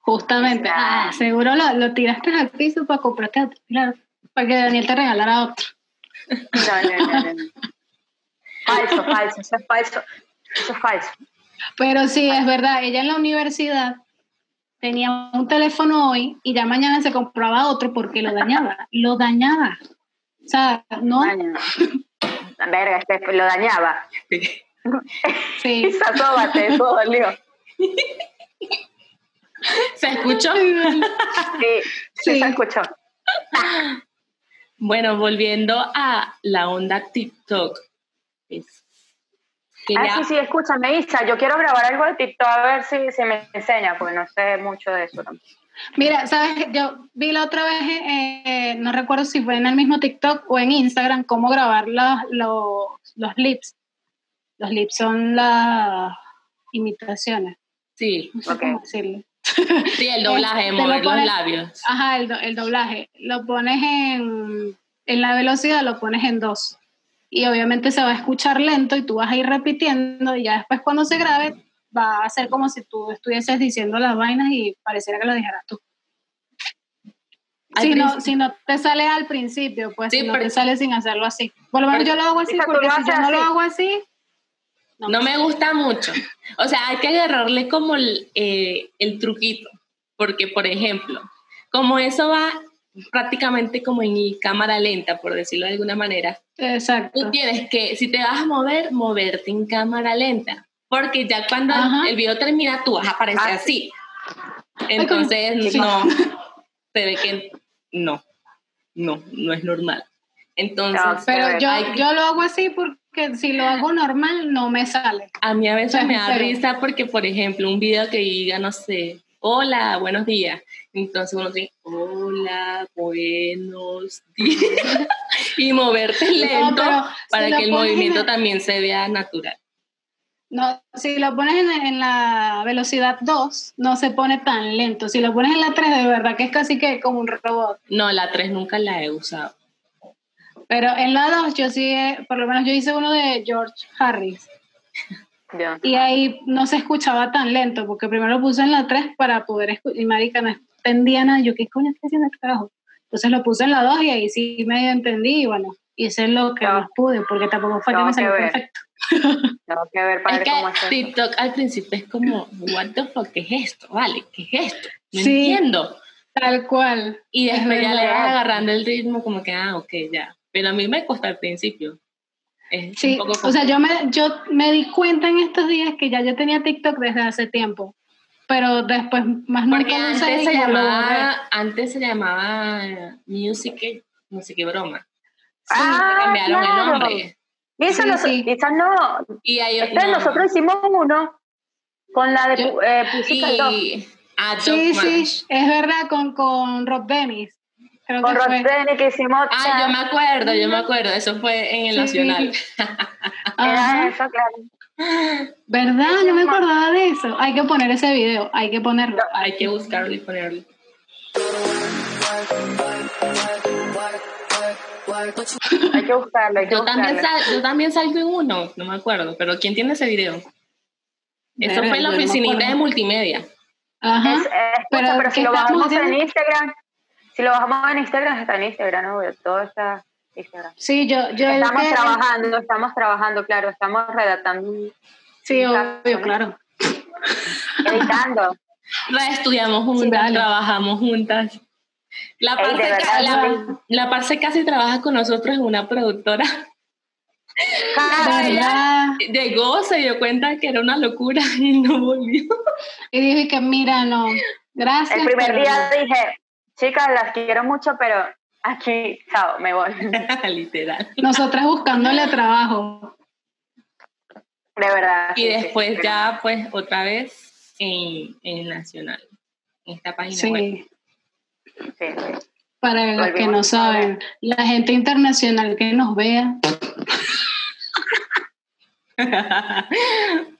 [SPEAKER 4] Justamente.
[SPEAKER 3] Ah.
[SPEAKER 4] Ah, seguro lo, lo tiraste al piso para comprarte otro. Claro, para que Daniel te regalara otro.
[SPEAKER 3] no, no, no, no, no. Falso, falso, eso es falso, eso es falso.
[SPEAKER 4] Pero sí, es verdad, ella en la universidad tenía un teléfono hoy y ya mañana se compraba otro porque lo dañaba, lo dañaba. O sea, no,
[SPEAKER 3] Daño. Verga, este, lo dañaba.
[SPEAKER 4] sí.
[SPEAKER 3] Quizás sóbate, eso dolió.
[SPEAKER 2] ¿Se escuchó?
[SPEAKER 3] Sí, sí,
[SPEAKER 4] Sí.
[SPEAKER 3] se escuchó.
[SPEAKER 2] bueno, volviendo a la onda TikTok. Es que
[SPEAKER 3] Ah,
[SPEAKER 2] ya-
[SPEAKER 3] sí, sí, escúchame, Isa, yo quiero grabar algo de TikTok a ver si, si me enseña, porque no sé mucho de eso. tampoco.
[SPEAKER 4] Mira, sabes, yo vi la otra vez, eh, no recuerdo si fue en el mismo TikTok o en Instagram, cómo grabar los, los, los lips. Los lips son las imitaciones,
[SPEAKER 2] sí,
[SPEAKER 4] no sé
[SPEAKER 3] Ok.
[SPEAKER 4] cómo decirlo.
[SPEAKER 2] sí, el doblaje,
[SPEAKER 3] Eh,
[SPEAKER 4] Te lo
[SPEAKER 2] mover los
[SPEAKER 4] pones-
[SPEAKER 2] labios.
[SPEAKER 3] Ah,
[SPEAKER 4] Ajá, el, do- el doblaje. Lo pones en, en la velocidad, lo pones en dos. Y obviamente se va a escuchar lento y tú vas a ir repitiendo y ya después cuando se grabe va a ser como si tú estuvieses diciendo las vainas y pareciera que lo dijeras tú.
[SPEAKER 2] Al
[SPEAKER 4] Si no,
[SPEAKER 2] principio-
[SPEAKER 4] si no te sale al principio, pues
[SPEAKER 2] Sí,
[SPEAKER 4] si no
[SPEAKER 2] pero-
[SPEAKER 4] te sale sin hacerlo así. Por lo menos
[SPEAKER 2] pero-
[SPEAKER 4] yo lo hago así
[SPEAKER 3] Isa, tú
[SPEAKER 4] porque
[SPEAKER 3] lo
[SPEAKER 4] si yo
[SPEAKER 3] haces
[SPEAKER 4] no lo
[SPEAKER 3] así.
[SPEAKER 4] hago así, no,
[SPEAKER 2] No me gusta mucho. O sea, hay que agarrarle como el, eh, el truquito. Porque, por ejemplo, como eso va prácticamente como en cámara lenta, por decirlo de alguna manera, tú
[SPEAKER 4] Exacto.
[SPEAKER 2] tienes que, si te vas a mover, moverte en cámara lenta. Porque ya cuando el-
[SPEAKER 4] Ajá.
[SPEAKER 2] el, video termina, tú vas a aparecer
[SPEAKER 3] Ah.
[SPEAKER 2] así.
[SPEAKER 4] Ay, coño.
[SPEAKER 2] Entonces,
[SPEAKER 4] Sí.
[SPEAKER 2] no, se ve que no, no, no es normal. Entonces,
[SPEAKER 3] No,
[SPEAKER 4] Pero yo,
[SPEAKER 2] hay que-
[SPEAKER 4] yo lo hago así porque si lo hago normal no me sale.
[SPEAKER 2] A mí a veces
[SPEAKER 4] Ajá,
[SPEAKER 2] me da
[SPEAKER 4] pero-
[SPEAKER 2] risa porque, por ejemplo, un video que diga, no sé, hola, buenos días. Entonces uno dice, hola, buenos días. y moverte lento
[SPEAKER 4] pero
[SPEAKER 2] para
[SPEAKER 4] si lo
[SPEAKER 2] que el
[SPEAKER 4] pones en
[SPEAKER 2] movimiento
[SPEAKER 4] el-
[SPEAKER 2] también se vea natural.
[SPEAKER 4] No, si lo pones en, en la velocidad 2, no se pone tan lento. Si lo pones en la 3, de verdad que es casi que como un robot.
[SPEAKER 2] No, la 3 nunca la he usado.
[SPEAKER 4] Pero en la 2 yo sí, he- por lo menos yo hice uno de George Harris.
[SPEAKER 3] Yo-
[SPEAKER 4] Y ahí no se escuchaba tan lento, porque primero lo puse en la 3 para poder escuchar. Y marica, no entendía nada. Yo, ¿qué coño estoy haciendo el trabajo? Entonces lo puse en la 2 y ahí sí medio entendí. Y bueno, hice lo que
[SPEAKER 3] Claro.
[SPEAKER 4] más pude, porque tampoco fue que
[SPEAKER 3] Tengo
[SPEAKER 4] me
[SPEAKER 3] que
[SPEAKER 4] salió
[SPEAKER 3] ver.
[SPEAKER 4] perfecto.
[SPEAKER 3] Tengo que ver para
[SPEAKER 2] Es
[SPEAKER 3] ver cómo es
[SPEAKER 2] que
[SPEAKER 3] eso.
[SPEAKER 2] TikTok al principio es como, what the fuck, ¿qué es esto? Vale, ¿qué es esto? No
[SPEAKER 4] Sí.
[SPEAKER 2] entiendo.
[SPEAKER 4] Tal cual.
[SPEAKER 2] Y
[SPEAKER 4] Es
[SPEAKER 2] después ya le
[SPEAKER 4] verdad.
[SPEAKER 2] vas agarrando el ritmo como que, ah, ok, ya. Pero a mí me costó al principio. Es un
[SPEAKER 4] Sí,
[SPEAKER 2] poco
[SPEAKER 4] o sea, yo me, yo me di cuenta en estos días que ya yo tenía TikTok desde hace tiempo, pero después más
[SPEAKER 2] Porque
[SPEAKER 4] nunca lo
[SPEAKER 2] antes
[SPEAKER 4] usé y
[SPEAKER 2] se
[SPEAKER 4] ya lo borré.
[SPEAKER 2] llamaba, antes se llamaba Music, no sé qué broma.
[SPEAKER 3] Ah,
[SPEAKER 2] Le cambiaron
[SPEAKER 3] claro.
[SPEAKER 2] el nombre.
[SPEAKER 3] Y eso
[SPEAKER 4] Sí,
[SPEAKER 3] nos-
[SPEAKER 4] sí.
[SPEAKER 3] quizás no.
[SPEAKER 2] Y ahí
[SPEAKER 3] Este, Nosotros hicimos uno con la de
[SPEAKER 4] Yo-
[SPEAKER 3] eh, Pussycat Dolls,
[SPEAKER 2] y a
[SPEAKER 4] Sí, sí, es verdad, con, con Rob Demis. Creo
[SPEAKER 3] con
[SPEAKER 4] que fue.
[SPEAKER 3] Roxanne que hicimos.
[SPEAKER 2] Ah, yo me acuerdo, yo me acuerdo, eso fue en el
[SPEAKER 4] Sí.
[SPEAKER 2] Nacional.
[SPEAKER 4] Ajá,
[SPEAKER 3] Era eso, claro.
[SPEAKER 4] ¿Verdad? No me acordaba de eso. Hay que poner ese video, hay que ponerlo.
[SPEAKER 2] Hay que buscarlo y ponerlo.
[SPEAKER 3] Hay que buscarlo, hay que
[SPEAKER 2] Yo también,
[SPEAKER 3] buscarlo.
[SPEAKER 2] sal- yo también salgo en uno, no me acuerdo, pero ¿quién tiene ese video? Eso
[SPEAKER 4] Verga,
[SPEAKER 2] fue en la
[SPEAKER 4] yo no me
[SPEAKER 2] oficinita
[SPEAKER 4] acuerdo.
[SPEAKER 2] de multimedia.
[SPEAKER 4] Ajá.
[SPEAKER 3] Es- eh, escucha,
[SPEAKER 4] Pero,
[SPEAKER 3] pero,
[SPEAKER 4] ¿qué
[SPEAKER 3] si lo
[SPEAKER 4] estamos
[SPEAKER 3] bajamos en
[SPEAKER 4] haciendo?
[SPEAKER 3] Instagram, si lo bajamos en Instagram, está en Instagram, obvio, todo está en Instagram.
[SPEAKER 4] Sí, yo, yo el
[SPEAKER 3] Estamos
[SPEAKER 4] que-
[SPEAKER 3] trabajando, estamos trabajando, claro, estamos redactando,
[SPEAKER 4] Sí, obvio, claro.
[SPEAKER 3] editando.
[SPEAKER 2] Estudiamos juntas,
[SPEAKER 4] dale.
[SPEAKER 2] trabajamos juntas. La
[SPEAKER 3] Ey,
[SPEAKER 2] parte,
[SPEAKER 3] de
[SPEAKER 2] ca-
[SPEAKER 3] verdad,
[SPEAKER 2] la, la parte casi trabaja con nosotros en una productora. Ah,
[SPEAKER 3] Ay,
[SPEAKER 4] ¿Verdad?
[SPEAKER 2] Llegó, se dio cuenta que era una locura y no volvió.
[SPEAKER 4] Y dije que mira, no, Gracias.
[SPEAKER 3] El primer
[SPEAKER 4] pero
[SPEAKER 3] día
[SPEAKER 4] no.
[SPEAKER 3] dije, chicas, las quiero mucho, pero aquí, chao, me voy.
[SPEAKER 2] Literal.
[SPEAKER 4] Nosotras buscándole trabajo.
[SPEAKER 3] De verdad.
[SPEAKER 2] Y
[SPEAKER 3] sí, sí,
[SPEAKER 2] después
[SPEAKER 3] pero-
[SPEAKER 2] ya, pues, otra vez en, en el Nacional, en esta página web.
[SPEAKER 4] Sí.
[SPEAKER 3] sí, sí.
[SPEAKER 4] Para los que no
[SPEAKER 3] Volvimos a ver.
[SPEAKER 4] saben, la gente internacional que nos vea,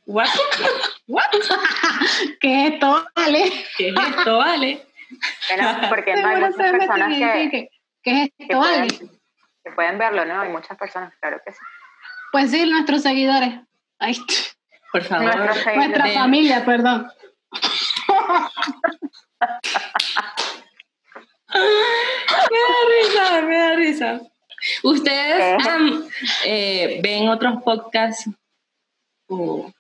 [SPEAKER 2] What? What?
[SPEAKER 4] que es todo, ¿vale?
[SPEAKER 2] ¿Qué es esto, vale?
[SPEAKER 3] Bueno, porque no hay
[SPEAKER 4] Seguro
[SPEAKER 3] muchas
[SPEAKER 4] se meten
[SPEAKER 3] personas
[SPEAKER 4] ahí,
[SPEAKER 3] que,
[SPEAKER 4] que, que es
[SPEAKER 3] que
[SPEAKER 4] esto,
[SPEAKER 3] pueden,
[SPEAKER 4] ¿vale?
[SPEAKER 3] que pueden verlo, ¿no? Hay muchas personas, claro que sí.
[SPEAKER 4] Pues sí, nuestros seguidores. Ay,
[SPEAKER 2] Por favor.
[SPEAKER 3] Nuestros seguidores.
[SPEAKER 4] nuestra
[SPEAKER 2] de-
[SPEAKER 4] familia, perdón.
[SPEAKER 2] me da risa, me da risa. ¿Ustedes
[SPEAKER 3] Eh.
[SPEAKER 2] am, eh, ven otros podcasts?
[SPEAKER 4] Uh.
[SPEAKER 2] o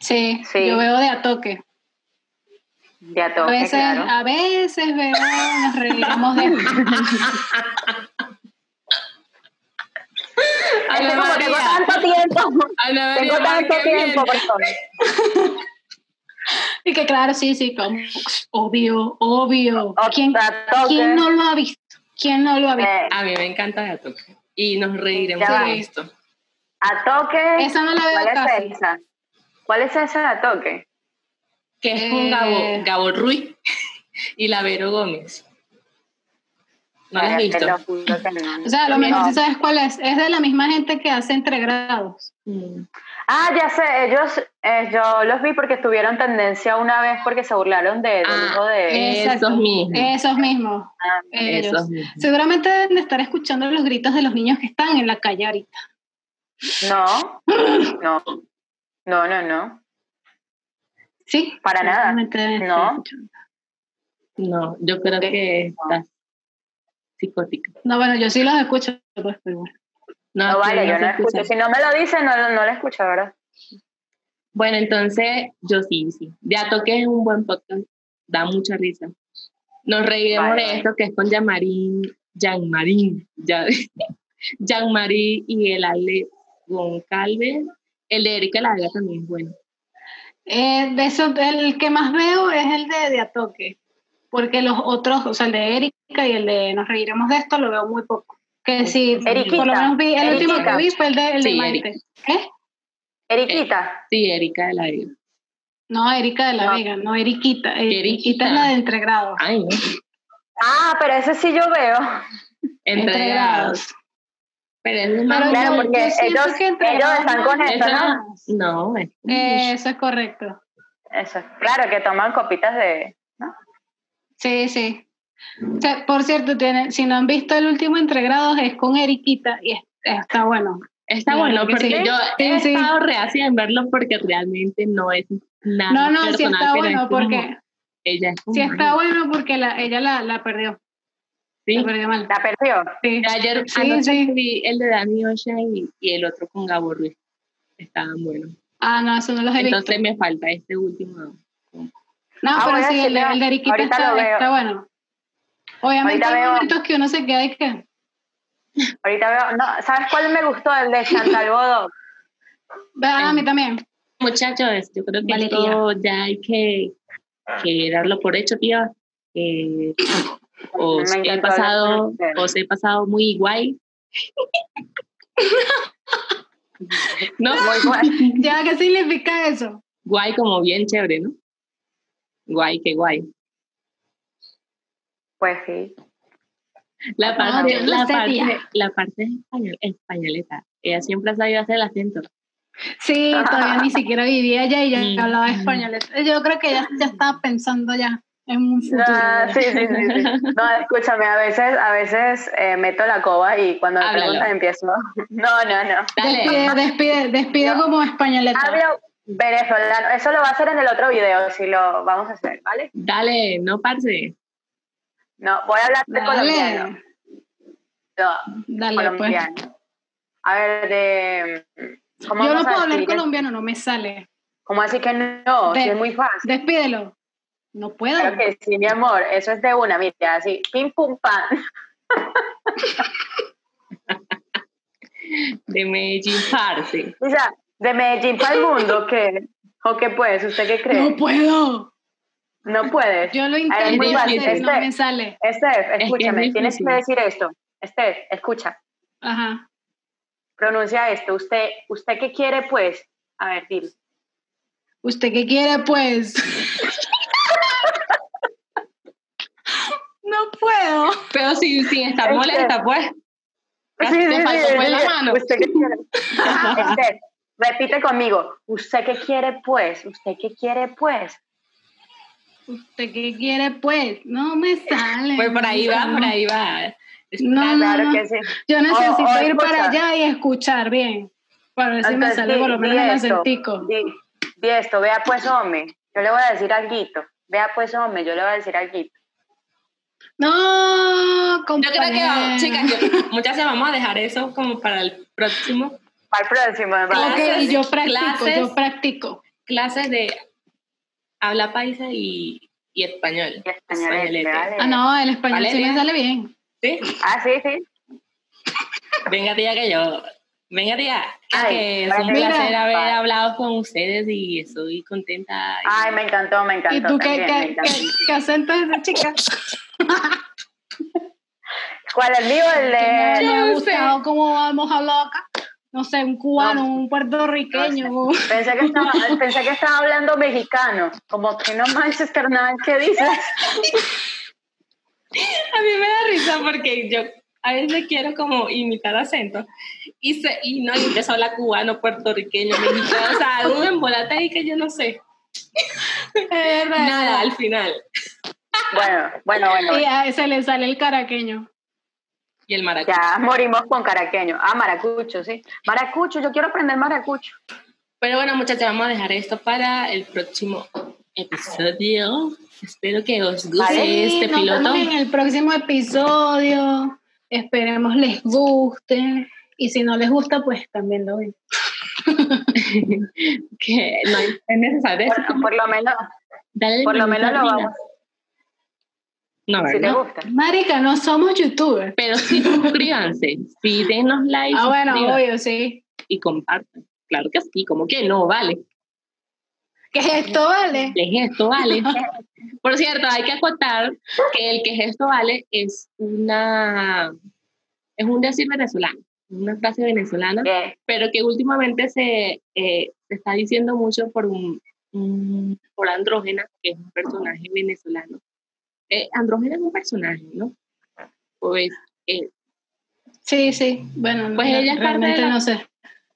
[SPEAKER 4] Sí,
[SPEAKER 3] Sí.
[SPEAKER 4] yo veo de a toque.
[SPEAKER 3] De a
[SPEAKER 4] A
[SPEAKER 3] todos,
[SPEAKER 4] veces,
[SPEAKER 3] claro.
[SPEAKER 4] a veces veo, nos reímos de.
[SPEAKER 3] Es
[SPEAKER 2] Ana
[SPEAKER 3] que como tengo
[SPEAKER 2] María,
[SPEAKER 3] tanto tiempo,
[SPEAKER 2] Ana María,
[SPEAKER 3] tengo tanto
[SPEAKER 2] qué
[SPEAKER 3] tiempo,
[SPEAKER 2] bien.
[SPEAKER 3] perdón.
[SPEAKER 4] Y que claro, sí, sí, como, obvio, obvio.
[SPEAKER 3] O-
[SPEAKER 4] ¿Quién,
[SPEAKER 3] a toque.
[SPEAKER 4] quién no lo ha visto? ¿Quién no lo ha visto?
[SPEAKER 3] Eh,
[SPEAKER 2] A mí me encanta de Atoque. Y nos reiremos
[SPEAKER 3] Ya
[SPEAKER 4] va.
[SPEAKER 2] de esto.
[SPEAKER 3] a toque.
[SPEAKER 4] Esa no la veo
[SPEAKER 3] Eh, ¿Cuál
[SPEAKER 4] casi.
[SPEAKER 3] es esa? ¿Cuál es esa de a toque?
[SPEAKER 2] Que es con
[SPEAKER 4] Eh.
[SPEAKER 2] Gabo, Gabo Ruiz y la Vero Gómez. ¿No la has
[SPEAKER 3] Ay, te
[SPEAKER 2] visto?
[SPEAKER 3] lo juro que no.
[SPEAKER 4] O sea, a lo
[SPEAKER 3] No.
[SPEAKER 4] mejor sí sabes cuál es. Es de la misma gente que hace entregrados. Mm.
[SPEAKER 3] Ah, ya sé, ellos, eh, yo los vi porque tuvieron tendencia una vez porque se burlaron de, del
[SPEAKER 2] Ah,
[SPEAKER 3] hijo de...
[SPEAKER 2] Esos
[SPEAKER 4] Exacto. Eh,
[SPEAKER 2] mismos.
[SPEAKER 4] Esos mismos.
[SPEAKER 3] Ah,
[SPEAKER 4] Ellos.
[SPEAKER 2] Esos mismos.
[SPEAKER 4] Seguramente deben de estar escuchando los gritos de los niños que están en la calle ahorita.
[SPEAKER 3] no, no, no, no, no,
[SPEAKER 4] Sí.
[SPEAKER 3] Para nada.
[SPEAKER 4] Seguramente deben estar
[SPEAKER 3] No.
[SPEAKER 4] escuchando.
[SPEAKER 2] No, yo creo que está psicótica.
[SPEAKER 4] No, bueno, yo sí los escucho, pues, pero bueno. Ah,
[SPEAKER 2] No,
[SPEAKER 3] no
[SPEAKER 2] aquí
[SPEAKER 3] vale, yo
[SPEAKER 2] se
[SPEAKER 3] no escucho.
[SPEAKER 2] escucha.
[SPEAKER 3] Si no me lo dicen, no, no lo escucho, ¿verdad?
[SPEAKER 2] Bueno, entonces, yo sí, sí. De a toque es un buen podcast. Da mucha risa. Nos reiremos
[SPEAKER 3] Vale,
[SPEAKER 2] de
[SPEAKER 3] vale.
[SPEAKER 2] esto que es con Yamarín, Yanmarín, ya- Yanmarín y el Ale Goncalves. El de Erika Lavega también es bueno.
[SPEAKER 4] Eh, de eso, el que más veo es el de, de Atoque, porque los otros, o sea, el de Erika y el de Nos Reiremos de Esto, lo veo muy poco. Que sí,
[SPEAKER 3] Eriquita,
[SPEAKER 4] por lo menos vi, el último
[SPEAKER 3] Eriquita.
[SPEAKER 4] que vi fue el de, el de
[SPEAKER 2] Sí,
[SPEAKER 4] Maite. ¿Qué?
[SPEAKER 3] Eriquita,
[SPEAKER 2] Sí, Erika de la Vega.
[SPEAKER 4] No, Erika de la
[SPEAKER 3] No.
[SPEAKER 4] Vega, no, Eriquita. Eriquita,
[SPEAKER 2] Eriquita.
[SPEAKER 4] es la de entregrado.
[SPEAKER 2] Ay, no. Eh.
[SPEAKER 3] ah, pero ese sí yo veo.
[SPEAKER 2] Entregados. Pero es el más
[SPEAKER 4] Pero
[SPEAKER 3] Claro,
[SPEAKER 4] yo-
[SPEAKER 3] porque
[SPEAKER 4] yo siento
[SPEAKER 3] ellos-
[SPEAKER 4] que entregados
[SPEAKER 3] ellos
[SPEAKER 4] no
[SPEAKER 3] están con
[SPEAKER 4] es
[SPEAKER 3] eso,
[SPEAKER 4] nada.
[SPEAKER 2] No, es.
[SPEAKER 4] Eh, eso es correcto.
[SPEAKER 3] Eso, claro, que toman copitas de... ¿no?
[SPEAKER 4] Sí, sí. O sea, por cierto, tiene, si no han visto el último entregrado, es con Eriquita y es- está bueno.
[SPEAKER 2] Está
[SPEAKER 4] Claro
[SPEAKER 2] bueno,
[SPEAKER 4] que
[SPEAKER 2] porque
[SPEAKER 4] sí.
[SPEAKER 2] yo he
[SPEAKER 4] Sí, sí.
[SPEAKER 2] estado reacia en verlos porque realmente no es nada
[SPEAKER 4] No, no, sí
[SPEAKER 2] personal,
[SPEAKER 4] está
[SPEAKER 2] pero
[SPEAKER 4] bueno
[SPEAKER 2] es como-
[SPEAKER 4] porque
[SPEAKER 2] ella es como-
[SPEAKER 4] sí está bueno porque la, ella la, la perdió,
[SPEAKER 2] Sí.
[SPEAKER 4] la perdió mal.
[SPEAKER 3] La perdió.
[SPEAKER 4] Sí.
[SPEAKER 2] Ayer
[SPEAKER 4] Sí,
[SPEAKER 2] anoche
[SPEAKER 4] sí.
[SPEAKER 2] vi el de Dani Ocean y, y el otro con Gabo Ruiz. Estaban buenos.
[SPEAKER 4] Ah, no, eso no los he
[SPEAKER 2] Entonces
[SPEAKER 4] visto.
[SPEAKER 2] me falta este último.
[SPEAKER 4] No,
[SPEAKER 3] Ah, voy
[SPEAKER 4] pero
[SPEAKER 3] a
[SPEAKER 4] sí, el, de-
[SPEAKER 3] chequear.
[SPEAKER 4] el de Eriquita
[SPEAKER 3] Ahorita lo
[SPEAKER 4] está,
[SPEAKER 3] veo.
[SPEAKER 4] está bueno. Obviamente
[SPEAKER 3] Ahorita
[SPEAKER 4] hay
[SPEAKER 3] veo.
[SPEAKER 4] momentos que uno se queda y que
[SPEAKER 3] Ahorita veo, no, ¿sabes cuál me gustó? El de Chantal Godot.
[SPEAKER 4] Ah, a mí también.
[SPEAKER 2] Muchachos, yo creo que
[SPEAKER 4] Valeria.
[SPEAKER 2] esto ya hay que, que darlo por hecho, tía. Eh, os
[SPEAKER 3] Me
[SPEAKER 2] he
[SPEAKER 3] encantó hablar
[SPEAKER 2] pasado,
[SPEAKER 3] con ustedes.
[SPEAKER 2] os he pasado muy guay. no,
[SPEAKER 3] Muy bueno.
[SPEAKER 4] ¿Ya qué significa eso?
[SPEAKER 2] guay como bien chévere, ¿no? Guay, qué guay.
[SPEAKER 3] Pues sí.
[SPEAKER 2] La
[SPEAKER 4] Ah,
[SPEAKER 2] parte,
[SPEAKER 4] yo no
[SPEAKER 2] la
[SPEAKER 4] sé,
[SPEAKER 2] parte,
[SPEAKER 4] tía.
[SPEAKER 2] la parte español- españoleta. Ella siempre ha sabido hacer el acento.
[SPEAKER 4] Sí, todavía ni siquiera vivía allá y ya
[SPEAKER 2] Mm.
[SPEAKER 4] hablaba español. Yo creo que ya, ya estaba pensando ya en un futuro.
[SPEAKER 3] No, Ah, sí, sí, sí, sí. No, escúchame, a veces, a veces eh, meto la coba y cuando me
[SPEAKER 2] Háblalo.
[SPEAKER 3] preguntan empiezo. No, no, no.
[SPEAKER 2] Dale,
[SPEAKER 4] Despide, despide, despide como españoleta.
[SPEAKER 3] Hablo venezolano. Eso lo va a hacer en el otro video, si lo vamos a hacer, ¿vale?
[SPEAKER 2] dale, no parce.
[SPEAKER 3] No, voy a hablar de colombiano.
[SPEAKER 4] Dale,
[SPEAKER 3] No,
[SPEAKER 4] dale, pues.
[SPEAKER 3] colombiano. A ver, de. ¿cómo
[SPEAKER 4] Yo no
[SPEAKER 3] vamos a
[SPEAKER 4] puedo hablar
[SPEAKER 3] decir?
[SPEAKER 4] colombiano, no me sale.
[SPEAKER 3] ¿Cómo así que no?
[SPEAKER 4] De-
[SPEAKER 3] Si es muy fácil.
[SPEAKER 4] Despídelo. No puedo.
[SPEAKER 3] Claro que sí, mi amor. Eso es de una, mira, así. Pim, pum, pan.
[SPEAKER 2] De Medellín, parce.
[SPEAKER 3] O sea, de Medellín para el mundo, ¿qué? ¿O qué pues? ¿Usted qué cree?
[SPEAKER 4] No puedo.
[SPEAKER 3] No puedes.
[SPEAKER 4] Yo lo
[SPEAKER 3] Ah, es
[SPEAKER 4] intento
[SPEAKER 3] muy
[SPEAKER 4] y a
[SPEAKER 3] fácil.
[SPEAKER 4] veces no
[SPEAKER 3] Este-
[SPEAKER 4] me sale.
[SPEAKER 3] Estef,
[SPEAKER 2] es
[SPEAKER 3] escúchame, tienes
[SPEAKER 2] difícil.
[SPEAKER 3] que decir esto. Estef, escucha,
[SPEAKER 4] Ajá.
[SPEAKER 3] pronuncia esto. Usted, ¿usted qué quiere, pues? A ver, dile.
[SPEAKER 4] ¿Usted qué quiere, pues? no puedo.
[SPEAKER 2] Pero sin, sin estar
[SPEAKER 3] Este-
[SPEAKER 2] molesta, pues.
[SPEAKER 4] Ah,
[SPEAKER 2] Casi te faltó, fue la mano.
[SPEAKER 3] ¿Usted qué quiere? Estef, repite conmigo. ¿Usted qué quiere, pues? ¿Usted qué quiere, pues?
[SPEAKER 4] ¿Usted qué quiere, pues? No me sale.
[SPEAKER 2] Pues por ahí va,
[SPEAKER 4] No.
[SPEAKER 2] por ahí va.
[SPEAKER 4] No, no,
[SPEAKER 3] Claro
[SPEAKER 4] no.
[SPEAKER 3] que sí.
[SPEAKER 4] Yo necesito
[SPEAKER 3] O- o
[SPEAKER 4] ir para
[SPEAKER 3] escucha.
[SPEAKER 4] allá y escuchar bien. Para ver si me
[SPEAKER 3] Entonces,
[SPEAKER 4] sale
[SPEAKER 3] di-
[SPEAKER 4] por lo
[SPEAKER 3] di
[SPEAKER 4] menos el
[SPEAKER 3] esto,
[SPEAKER 4] acentico.
[SPEAKER 3] Di, di esto, vea pues, hombre. Yo le voy a decir alguito. Vea pues, hombre, yo le voy a decir alguito.
[SPEAKER 4] No,
[SPEAKER 2] Yo creo que,
[SPEAKER 4] compañera.
[SPEAKER 2] vamos, chicas, yo- muchas veces vamos a dejar eso como para el próximo.
[SPEAKER 3] Para el próximo, me
[SPEAKER 4] Ok,
[SPEAKER 3] parece.
[SPEAKER 2] clases,
[SPEAKER 4] yo practico,
[SPEAKER 2] clases.
[SPEAKER 4] yo practico.
[SPEAKER 2] Clases de habla paisa y, y español.
[SPEAKER 3] Y español,
[SPEAKER 2] Españolete.
[SPEAKER 3] vale.
[SPEAKER 4] Ah, no, el español sí
[SPEAKER 2] Valeria.
[SPEAKER 4] me sale bien.
[SPEAKER 2] ¿Sí?
[SPEAKER 3] Ah, sí, sí.
[SPEAKER 2] Venga, tía, que yo. Venga, tía, que
[SPEAKER 3] Ay,
[SPEAKER 2] que es un
[SPEAKER 3] Valeria.
[SPEAKER 2] placer haber
[SPEAKER 3] Vale.
[SPEAKER 2] hablado con ustedes y estoy contenta. y-
[SPEAKER 3] Ay, me encantó, me encantó.
[SPEAKER 4] ¿Y tú qué,
[SPEAKER 3] también, me
[SPEAKER 4] qué,
[SPEAKER 3] encantó.
[SPEAKER 4] qué, qué acento es esa chica?
[SPEAKER 3] ¿Cuál es el mío? El
[SPEAKER 4] Que
[SPEAKER 3] de...
[SPEAKER 4] me
[SPEAKER 2] no
[SPEAKER 4] ha
[SPEAKER 2] sé.
[SPEAKER 4] gustado cómo hemos hablado acá. No sé, un cubano,
[SPEAKER 3] No.
[SPEAKER 4] un puertorriqueño.
[SPEAKER 3] Pensé que, estaba, pensé que estaba hablando mexicano. Como que no manches, carnal, ¿qué dices?
[SPEAKER 2] A mí me da risa porque yo a veces quiero como imitar acento y, se, y no, y empiezo a hablar cubano, puertorriqueño, mexicano, o sea, un embolate ahí que yo no sé.
[SPEAKER 4] Es verdad.
[SPEAKER 2] Nada, al final.
[SPEAKER 3] Bueno, bueno, bueno.
[SPEAKER 4] Y
[SPEAKER 3] bueno.
[SPEAKER 4] a- se le sale el caraqueño.
[SPEAKER 2] Y el maracuyá.
[SPEAKER 3] Ya morimos con caraqueño. Ah, maracucho, sí. Maracucho, yo quiero aprender maracucho.
[SPEAKER 2] Pero bueno, muchachos, vamos a dejar esto para el próximo episodio. Espero que os guste
[SPEAKER 3] Vale.
[SPEAKER 2] este
[SPEAKER 4] nos
[SPEAKER 2] piloto.
[SPEAKER 4] vemos en el próximo episodio. Esperemos les guste. Y si no les gusta, pues también lo ven.
[SPEAKER 2] que no es necesario.
[SPEAKER 3] Por, por lo menos,
[SPEAKER 2] Dale
[SPEAKER 3] por lo
[SPEAKER 2] manita
[SPEAKER 3] menos lo
[SPEAKER 2] arriba.
[SPEAKER 3] vamos.
[SPEAKER 2] No,
[SPEAKER 3] Si te
[SPEAKER 2] ¿verdad?
[SPEAKER 3] gusta.
[SPEAKER 4] Marica, no somos youtubers.
[SPEAKER 2] Pero sí suscríbanse, sí denos like,
[SPEAKER 4] Ah, bueno,
[SPEAKER 2] suscríbanse
[SPEAKER 4] obvio, sí.
[SPEAKER 2] y compartan. Claro que sí, como que no, vale.
[SPEAKER 4] ¿Qué es esto, vale?
[SPEAKER 2] es esto vale. Por cierto, hay que acotar que el que gesto vale es una es un decir venezolano, una frase venezolana,
[SPEAKER 3] Bien.
[SPEAKER 2] pero que últimamente se, eh, se está diciendo mucho por un, un- por Andrógena, que es un personaje venezolano. Eh, Andrógena es un personaje, ¿no? Pues eh,
[SPEAKER 4] Sí, sí. Bueno,
[SPEAKER 2] Pues
[SPEAKER 4] no,
[SPEAKER 2] ella es parte
[SPEAKER 4] realmente
[SPEAKER 2] de la-
[SPEAKER 4] no sé.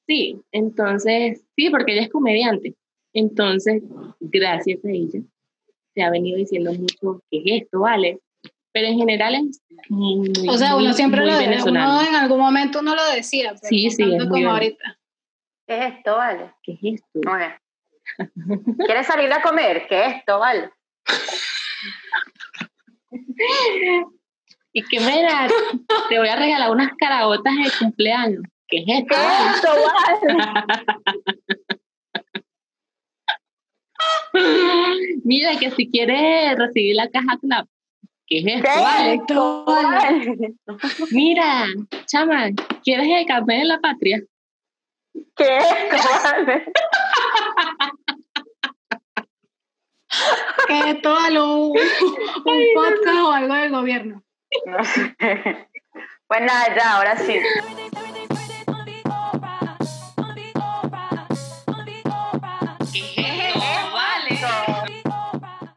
[SPEAKER 2] Sí, entonces, sí, porque ella es comediante. Entonces, gracias a ella, se ha venido diciendo mucho que es esto, ¿vale? Pero en general es muy,
[SPEAKER 4] O sea, uno
[SPEAKER 2] muy-
[SPEAKER 4] siempre
[SPEAKER 2] muy
[SPEAKER 4] lo de,
[SPEAKER 2] venezolano.
[SPEAKER 4] uno en algún momento uno lo decía, pero
[SPEAKER 2] Sí,
[SPEAKER 4] no
[SPEAKER 2] sí, es
[SPEAKER 4] tanto
[SPEAKER 2] muy
[SPEAKER 4] como
[SPEAKER 2] bueno.
[SPEAKER 4] ahorita.
[SPEAKER 3] ¿Qué es esto, vale?
[SPEAKER 2] ¿Qué es esto?
[SPEAKER 3] Muy bien. ¿Quieres salir a comer? ¿Qué es esto, vale?
[SPEAKER 2] ¿Y qué me das? Te voy a regalar unas caraotas de cumpleaños. ¿Qué es esto?
[SPEAKER 3] ¿Qué
[SPEAKER 4] Ah,
[SPEAKER 3] es esto, vale?
[SPEAKER 2] Mira, que si quieres recibir la caja clap, ¿qué es esto?
[SPEAKER 3] ¿Qué
[SPEAKER 2] ¿Vale?
[SPEAKER 3] es esto, vale?
[SPEAKER 2] Mira, chama, ¿quieres el café de la patria?
[SPEAKER 3] ¿Qué es esto, vale?
[SPEAKER 4] Que esto vale un, un podcast o algo del gobierno.
[SPEAKER 3] No sé. Pues nada, ya, ahora sí.
[SPEAKER 6] Everything